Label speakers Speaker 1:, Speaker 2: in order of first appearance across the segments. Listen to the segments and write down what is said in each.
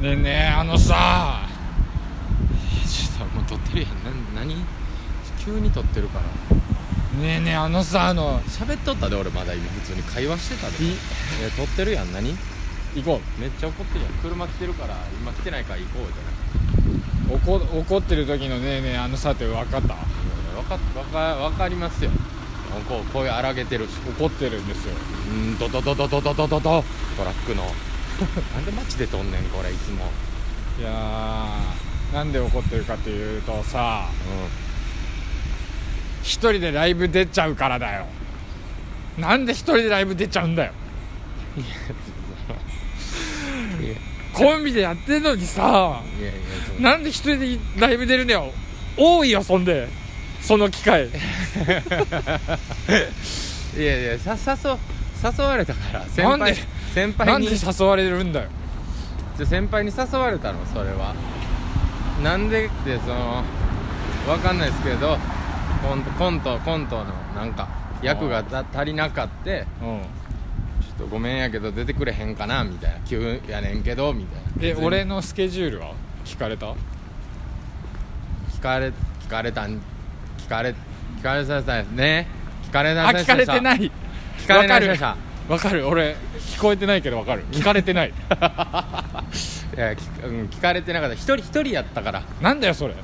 Speaker 1: ねえねえあのさ
Speaker 2: ちょっともう撮ってるやんな何急に撮ってるから
Speaker 1: ねえねえあのさあの
Speaker 2: 喋っとったで俺まだ今普通に会話してたで
Speaker 1: い
Speaker 2: え撮ってるやん何
Speaker 1: 行こ
Speaker 2: めっちゃ怒ってるやん車来てるから今来てないから行こうじ
Speaker 1: う怒怒ってる時のねえねえあのさって分かった
Speaker 2: ゃない分かっ分かわかりますよこう声荒げてるし
Speaker 1: 怒ってるんですよ
Speaker 2: うんドドドドドドドドドトラックの なんで街で撮んねんこれいつも
Speaker 1: いやーなんで怒ってるかっていうとさ
Speaker 2: う
Speaker 1: 一人でライブ出ちゃうからだよなんで一人でライブ出ちゃうんだよ
Speaker 2: んいやい
Speaker 1: コンビでやってんのにさ
Speaker 2: やいやその
Speaker 1: なんで一人でライブ出るんだよ多いよそんでその機会
Speaker 2: いやいやさ誘誘われたから先
Speaker 1: なん
Speaker 2: 輩
Speaker 1: で
Speaker 2: 先
Speaker 1: な
Speaker 2: 輩
Speaker 1: ん
Speaker 2: に
Speaker 1: で誘われるんだよ
Speaker 2: じゃ先輩に誘われたのそれはなんでってそのわかんないですけどコントコントコントのなんか役がた足りなかって
Speaker 1: うん
Speaker 2: ちょっとごめんやけど出てくれへんかなみたいな急やねんけどみたいな
Speaker 1: え
Speaker 2: 別に
Speaker 1: 俺のスケジュールは聞かれた
Speaker 2: 聞かれ聞かれたん聞かれ聞かれさせたんですね聞かれ
Speaker 1: あ
Speaker 2: なさ
Speaker 1: 聞かれてないい
Speaker 2: 聞かれな
Speaker 1: わか
Speaker 2: さい
Speaker 1: る
Speaker 2: でした
Speaker 1: わかる俺聞こえてないけどわかる聞かれてない
Speaker 2: いや聞,、うん、聞かれてなかった一人一人やったから
Speaker 1: なんだよそれ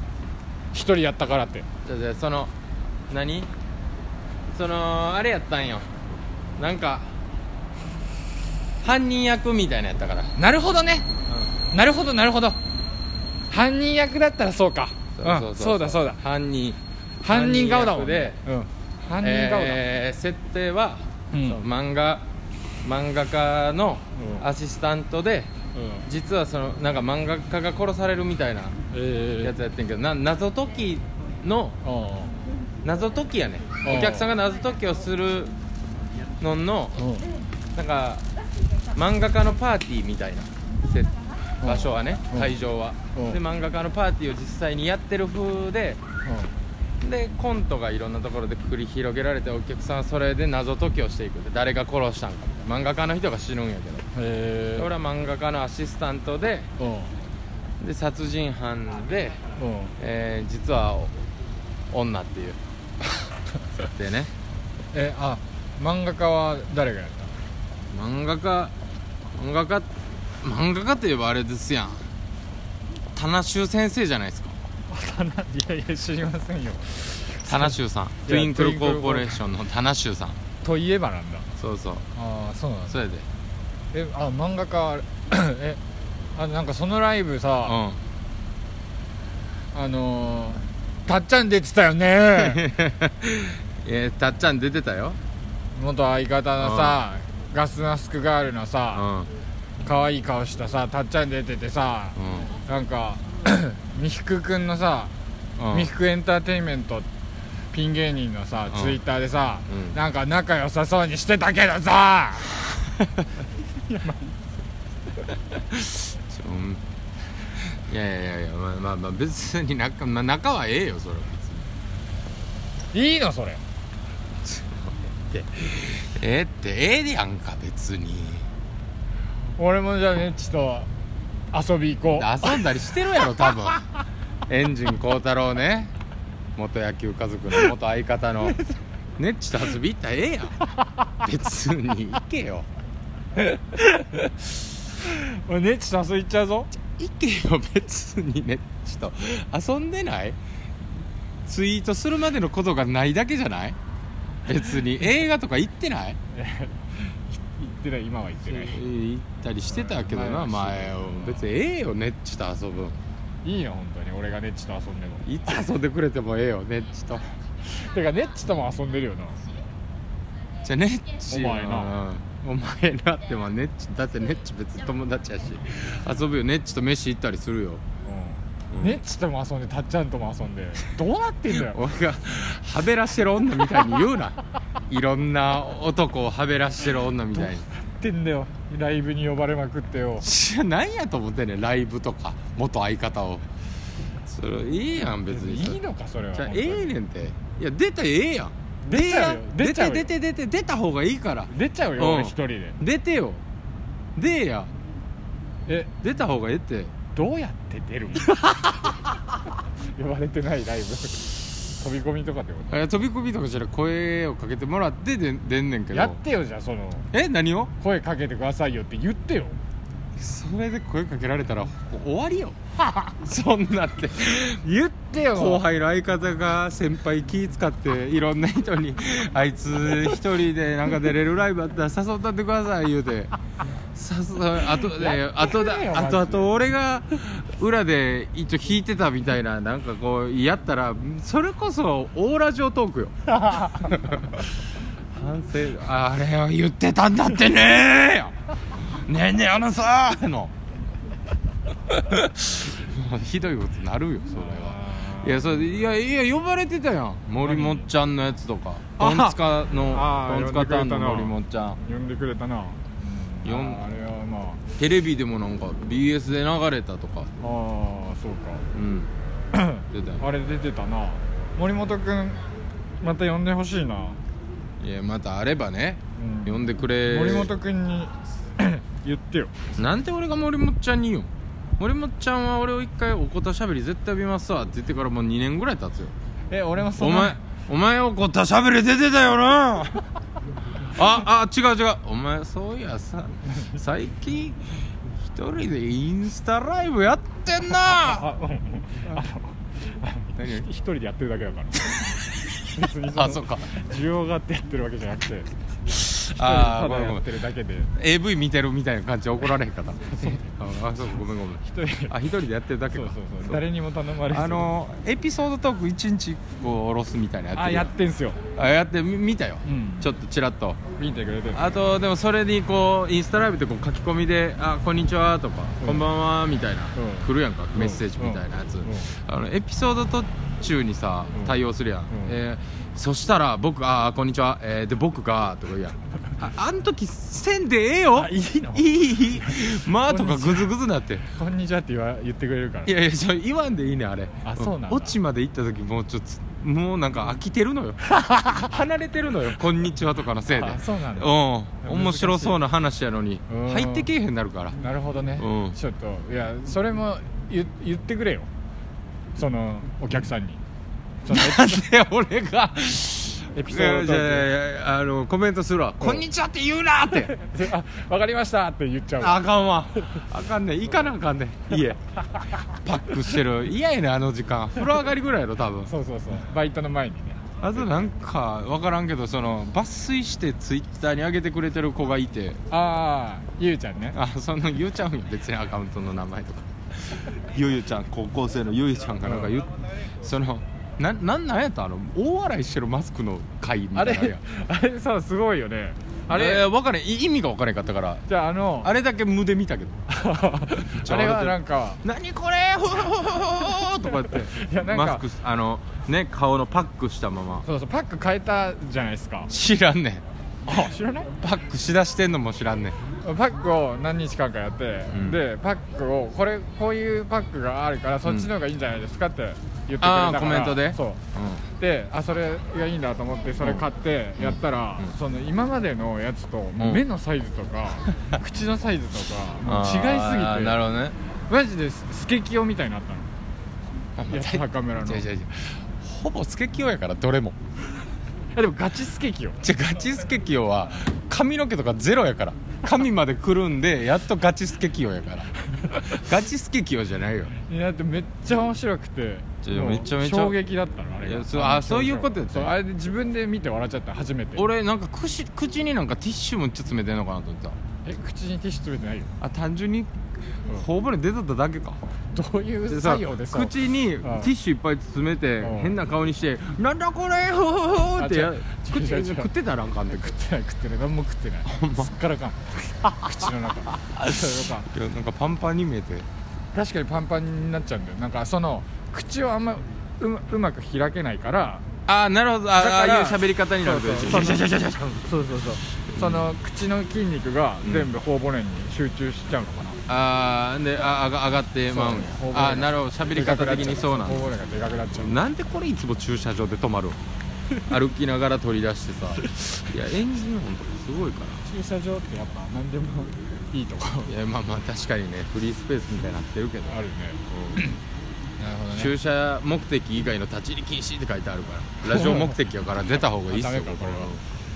Speaker 1: 一人やったからって
Speaker 2: じゃあじゃあその何そのあれやったんよなんか犯人役みたいなやったから、うん、
Speaker 1: なるほどねなるほどなるほど犯人役だったらそうかうんそうだそうだ
Speaker 2: 犯人
Speaker 1: 犯人顔だもんね
Speaker 2: で
Speaker 1: うん犯人顔だ
Speaker 2: えー設定は、
Speaker 1: うん
Speaker 2: そう漫画漫画家の
Speaker 1: うん
Speaker 2: アシスタント
Speaker 1: う
Speaker 2: で、
Speaker 1: ん
Speaker 2: 実はそのなんか漫画家が殺されるみたいな
Speaker 1: え
Speaker 2: やつやってんけどな謎解きの
Speaker 1: あ
Speaker 2: 謎解きやね
Speaker 1: うん
Speaker 2: お客さんが謎解きをするのの
Speaker 1: あうん
Speaker 2: なんか漫画家のパーティーみたいなせ
Speaker 1: うん
Speaker 2: 場所はね
Speaker 1: うん
Speaker 2: 会場は
Speaker 1: うん
Speaker 2: で漫画家のパーティーを実際にやってる風ででコントがいろんなところで繰り広げられてお客さんはそれで謎解きをしていくで誰が殺したんかみたいな漫画家の人が死ぬんやけど
Speaker 1: え
Speaker 2: で俺は漫画家のアシスタントで
Speaker 1: うん
Speaker 2: で殺人犯で、
Speaker 1: うん
Speaker 2: えー実はお女って いうでね
Speaker 1: えあ漫画家は誰がやっ
Speaker 2: 漫画家漫画家漫画家といえばあれですやん田名修先生じゃないですか
Speaker 1: た いやいや知りませんよ
Speaker 2: 田名修さん
Speaker 1: い
Speaker 2: ト
Speaker 1: や
Speaker 2: ゥインクルコーポレーションの田名修さん
Speaker 1: といえばなんだ
Speaker 2: そうそう
Speaker 1: ああそうなんだ
Speaker 2: それで
Speaker 1: えあ漫画家 えあなんかそのライブさ、
Speaker 2: う
Speaker 1: あのー、たっちゃん出てたよね
Speaker 2: んえーたっちゃん出てたよ
Speaker 1: 元相方のさ、ガスマスクガールの
Speaker 2: うん
Speaker 1: さ、
Speaker 2: うん
Speaker 1: 可愛い顔したさたっちゃん出ててさ、なんか みひくくんのさ、
Speaker 2: うん
Speaker 1: みひくエンターテインメントピン芸人のさ、
Speaker 2: うん
Speaker 1: ツイッターでさ、
Speaker 2: うん
Speaker 1: なんか仲良さそうにしてたけどさ
Speaker 2: ちょうんいやいやいやまあまあ、まあ、別に仲,、まあ、仲はええよそれは別に
Speaker 1: いいのそれ
Speaker 2: ええってええやんか別に
Speaker 1: 俺もじゃあねちょっと遊び行こう
Speaker 2: 遊んだりしてるやろ多分エンジン幸太郎ね元野球家族の元相方のネッチと遊び行ったらええやん別に行けよ
Speaker 1: 俺ネッチと遊び行っちゃうぞ
Speaker 2: 行けよ別にネッチと遊んでないツイートするまでのことがないだけじゃない別に映画とか行ってない
Speaker 1: 行ってない今は行ってない
Speaker 2: 行ったりしてたけどな前
Speaker 1: 前
Speaker 2: を
Speaker 1: を
Speaker 2: 別にええよネッチと遊ぶん
Speaker 1: いいよ本当に俺がネッチと遊んでも
Speaker 2: いつ遊んでくれてもええよネッチと
Speaker 1: てかネッチとも遊んでるよな
Speaker 2: じゃあネッチ
Speaker 1: お前な
Speaker 2: うんお前なってまあネッチだってネッチ別に友達やし遊ぶよネッチと飯行ったりするよ
Speaker 1: うん、ネッチとも遊んでたっちゃんとも遊んでどうなってんだよ
Speaker 2: 俺がはべらしてる女みたいに言 うないろんな男をはべらしてる女みたいに
Speaker 1: やってんだよライブに呼ばれまくってよ
Speaker 2: 知ら何やと思ってんねんライブとか元相方をそれいいやん別に
Speaker 1: いいのかそれは
Speaker 2: じゃあ
Speaker 1: 本当
Speaker 2: え
Speaker 1: に
Speaker 2: えねんていや出たらええやん
Speaker 1: 出ちゃうよ
Speaker 2: 出
Speaker 1: 出ちゃう
Speaker 2: て
Speaker 1: よ
Speaker 2: 出て出て出た方がいいから
Speaker 1: 出ちゃう
Speaker 2: うん
Speaker 1: よ俺一人で
Speaker 2: 出てよでえや
Speaker 1: え
Speaker 2: 出た方がええって
Speaker 1: どうやって出 るの呼ばれてないライブ飛び込みとかってこ
Speaker 2: あ飛び込みとかしたら声をかけてもらってで出んねんけ
Speaker 1: と
Speaker 2: ど
Speaker 1: やってよじゃあその
Speaker 2: え何を
Speaker 1: 声かけてくださいよって言ってよ
Speaker 2: それで声かけられたら終わりよ そんなって
Speaker 1: 言ってよ
Speaker 2: 後輩の相方が先輩気使っていろんな 人に「あいつ一人でなんか出れるライブあったら誘ったってください」言うて。誘うあとであとだ
Speaker 1: やってくれよ
Speaker 2: あと
Speaker 1: マ
Speaker 2: あ
Speaker 1: ジで
Speaker 2: と俺が裏で一応弾いてたみたいななんかこうやったらそれこそオーラ上トークよ 反省あれを言ってたんだってねーねえねえあのさーの もうひどいことになるよそれはいやそれでいやいや呼ばれてたやん森もっちゃんのやつとか
Speaker 1: あ
Speaker 2: トンツカ
Speaker 1: あ
Speaker 2: の
Speaker 1: ー
Speaker 2: トンツカタン
Speaker 1: 呼んでくれ
Speaker 2: の
Speaker 1: たな
Speaker 2: 森もっちゃん
Speaker 1: 呼んでくれたな
Speaker 2: 呼ん
Speaker 1: あーあれはまあ
Speaker 2: テレビでもなんか BS で流れたと
Speaker 1: あ
Speaker 2: か
Speaker 1: あそう
Speaker 2: うん 出たよ
Speaker 1: かあれ出てたな森本君また呼んでほしいな、
Speaker 2: いやまたあればね
Speaker 1: うん
Speaker 2: 呼んでくれ
Speaker 1: 森本君に 言ってよ
Speaker 2: なんで俺が森もっちゃんに言うん森もっちゃんは俺を一回おこたしゃべり絶対見ますわって言ってからもう2年ぐらい経つよ
Speaker 1: え俺もそ
Speaker 2: お
Speaker 1: ん
Speaker 2: 前
Speaker 1: な
Speaker 2: お前おこたしゃべり出てたよなああ違う違うお前そういやさ最近一人でインスタライブやってんな
Speaker 1: あうんあの
Speaker 2: 何
Speaker 1: 一人でやってるだけ だから別に
Speaker 2: あそっか
Speaker 1: 需要があってやってるわけじゃなくて
Speaker 2: あ
Speaker 1: た
Speaker 2: あご
Speaker 1: だ
Speaker 2: めん
Speaker 1: や
Speaker 2: ごめ
Speaker 1: っ
Speaker 2: ん
Speaker 1: てるだけで
Speaker 2: AV 見てるみたいな感じで怒られへんかったああそうごめんごめん
Speaker 1: 一人で
Speaker 2: あ一人でやってるだけ
Speaker 1: そう
Speaker 2: か
Speaker 1: そうそう誰にも頼まれず
Speaker 2: あのエピソードトーク1日を下ろすみたいなやって
Speaker 1: あ
Speaker 2: るや
Speaker 1: や
Speaker 2: ん
Speaker 1: ってんすよ
Speaker 2: あやってみ見たよ、
Speaker 1: うん
Speaker 2: ちょっとちらっと
Speaker 1: 見てくれてる
Speaker 2: あとでもそれにこうインスタライブってこう書き込みで「あこんにちは」とか、
Speaker 1: うん
Speaker 2: こんばんは」みたいな、
Speaker 1: うん
Speaker 2: 来るやんかメッセージみたいなやつ、
Speaker 1: うんうん
Speaker 2: あのエピソード途中にさ
Speaker 1: うん
Speaker 2: 対応するやん、えーそしたら僕「あーこんにちは」えーで僕が」とか言うやんああん時せんでええよ
Speaker 1: あいいの
Speaker 2: いいいいまあとかグズグズな って
Speaker 1: こんにちはって言わ言ってくれるから
Speaker 2: いやいやちょ言わんでいいねあれ
Speaker 1: あそうなんだ
Speaker 2: 落ちまで行った時もうちょっともうなんか飽きてるのよ離れてるのよ「こんにちは」とかのせいで
Speaker 1: あそうなんだ
Speaker 2: うん面白そうな話やのに
Speaker 1: うん
Speaker 2: 入ってけえへんなるから
Speaker 1: なるほどね、
Speaker 2: うん
Speaker 1: ちょっといやそれも言言ってくれよそのお客さんにその
Speaker 2: なん で俺が
Speaker 1: エピ
Speaker 2: い
Speaker 1: ソー
Speaker 2: や
Speaker 1: ド トー
Speaker 2: い
Speaker 1: ク
Speaker 2: やいやあのコメントするわ「こんにちは」って言うなって
Speaker 1: であわかりましたって言っちゃう
Speaker 2: あかんわあかんね行かなあかんね家パックしてる嫌やねあの時間風呂上がりぐらいやろ多分
Speaker 1: そうそうそうバイトの前にね
Speaker 2: あとなんか分からんけどその抜粋してツイッターに上げてくれてる子がいて
Speaker 1: ああゆうちゃんね
Speaker 2: あそのゆうちゃんよ別にアカウントの名前とか ゆゆちゃん高校生のゆゆちゃんがなんか言うそのななんなんやったあの大笑いしてるマスクの回みた
Speaker 1: あ
Speaker 2: いなのや
Speaker 1: れあれさすごいよね
Speaker 2: あ
Speaker 1: あ
Speaker 2: れ、
Speaker 1: れ、
Speaker 2: えー分からんい意味が分からんかったから
Speaker 1: じゃああの
Speaker 2: あれだけ無で見たけど
Speaker 1: あれはなんか
Speaker 2: 「 何これほほほほほとか言って
Speaker 1: いやなんか
Speaker 2: マスクあのね顔のパックしたまま
Speaker 1: そうそうパック変えたじゃないですか
Speaker 2: 知らんねん
Speaker 1: あ知らない
Speaker 2: パックしだしてんのも知らんねん
Speaker 1: パックを何日間かやって、
Speaker 2: うん
Speaker 1: でパックをこれこういうパックがあるからそっちの方がいいんじゃないですかって言ってくれたから、
Speaker 2: あーコメントで
Speaker 1: そうであそれがいいんだと思ってそれ買ってやったら、
Speaker 2: うんうん
Speaker 1: その今までのやつともう
Speaker 2: うん
Speaker 1: 目のサイズと か、口のサイズとか
Speaker 2: うん、
Speaker 1: もう違いすぎ
Speaker 2: あーなる
Speaker 1: て
Speaker 2: ほどね
Speaker 1: マジでススケキヨみたいになったの安坂村の
Speaker 2: 違う違う違うほぼスケキヨやからどれも
Speaker 1: いやでもガチスケキヨ
Speaker 2: じゃガチスケキヨは髪の毛とかゼロやから髪までくるんでやっとガチスケキヨやからガチスケキヨじゃないよ
Speaker 1: いやだってめっちゃ面白くて
Speaker 2: ちょ
Speaker 1: もう
Speaker 2: めちゃめちゃ
Speaker 1: 衝撃だったのあれ
Speaker 2: い
Speaker 1: が
Speaker 2: やそう
Speaker 1: の
Speaker 2: あそういうことやった
Speaker 1: そうあれで自分で見て笑っちゃった初めて
Speaker 2: 俺なんか口口になんかティッシュもちょっと詰めてんのかなと思ってた
Speaker 1: え口にティッシュ詰めてないよ
Speaker 2: あ単純に
Speaker 1: うん
Speaker 2: 頬骨出とっただけか
Speaker 1: どういう作業でさ
Speaker 2: 口にテ
Speaker 1: ん
Speaker 2: ィッシュいっぱい詰めて
Speaker 1: うん
Speaker 2: 変な顔にして「なんだこれ!」ふふふってや
Speaker 1: あ違う
Speaker 2: 口
Speaker 1: 違う違う
Speaker 2: 食ってたらあかんで
Speaker 1: 食ってない食ってない何も食ってない
Speaker 2: ま
Speaker 1: すっからかん口の中口の中
Speaker 2: いやなんかパンパンに見えて
Speaker 1: 確かにパンパンになっちゃうんだよなんかその口をあんまうまうまく開けないから
Speaker 2: ああなるほどあ
Speaker 1: だ
Speaker 2: ああ
Speaker 1: か
Speaker 2: いう
Speaker 1: ら
Speaker 2: 喋り方になる
Speaker 1: そうそうそうそうそうそうその口の筋肉が全部頬骨に集中しちゃうのかな
Speaker 2: あーでああが上がってまうんや
Speaker 1: そう
Speaker 2: あーなるほど喋り方的にそうなん
Speaker 1: 頬骨
Speaker 2: だ
Speaker 1: がでかくなっちゃう
Speaker 2: なんでこれいつも駐車場で止まるん 歩きながら取り出してさいやエンジン音とかすごいか
Speaker 1: 駐
Speaker 2: ら
Speaker 1: 車場ってやっぱ何でもいいとこ
Speaker 2: いやまあまあ確かにねフリースペースみたいになってるけど、
Speaker 1: あるねなるほど
Speaker 2: 駐車目的以外の立ち入り禁止って書いてあるからラジオ目的やから出た方がいいっす
Speaker 1: あダ
Speaker 2: よ
Speaker 1: メかこ
Speaker 2: これ
Speaker 1: れ
Speaker 2: は
Speaker 1: は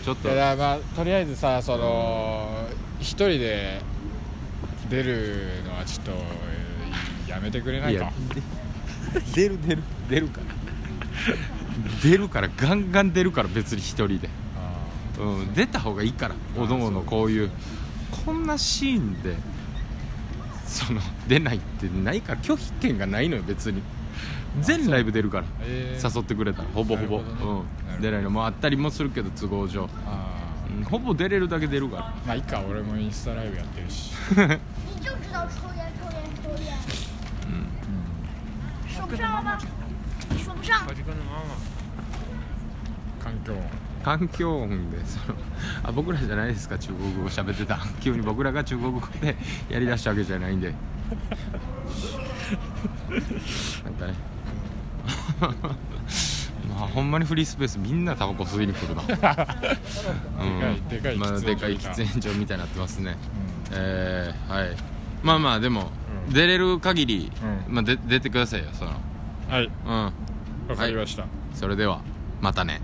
Speaker 2: ちょっと
Speaker 1: だからまあとりあえずさその一人で出るのはちょっとえーやめてくれないい
Speaker 2: や
Speaker 1: か
Speaker 2: で出る出る出るから出るからガンガン出るから別に一人で、
Speaker 1: あ
Speaker 2: うん、出た方がいいからおどものこういうこんなシーンでその出ないってないから拒否権がないのよ別に全ライブ出るから
Speaker 1: ーえー
Speaker 2: 誘ってくれたらほぼほぼ、
Speaker 1: なるほどね
Speaker 2: うん、出ないのもあったりもするけど都合上、
Speaker 1: あ
Speaker 2: うんほぼ出れるだけ出るから
Speaker 1: ーまあいいか俺もインスタライブやってるし
Speaker 3: 你就知道抽烟抽烟抽烟。嗯。说不上了吧？你说不上。
Speaker 1: 環境
Speaker 2: 環境音でそのあ僕らじゃないですか中国語喋ってた急に僕らが中国語でやりだしたわけじゃないんでなんかね まあほんまにフリースペースみんなタバコ吸いに来るな、うん、
Speaker 1: でかい
Speaker 2: まあ、
Speaker 1: で
Speaker 2: で
Speaker 1: か
Speaker 2: か
Speaker 1: い
Speaker 2: い
Speaker 1: 喫煙所みたいな
Speaker 2: 喫煙所みたいになってますね、えーはいまあまあでも、出れる限り、
Speaker 1: うん
Speaker 2: まあ、で出てくださいよその
Speaker 1: はい
Speaker 2: うん
Speaker 1: わかりました、
Speaker 2: それではまたね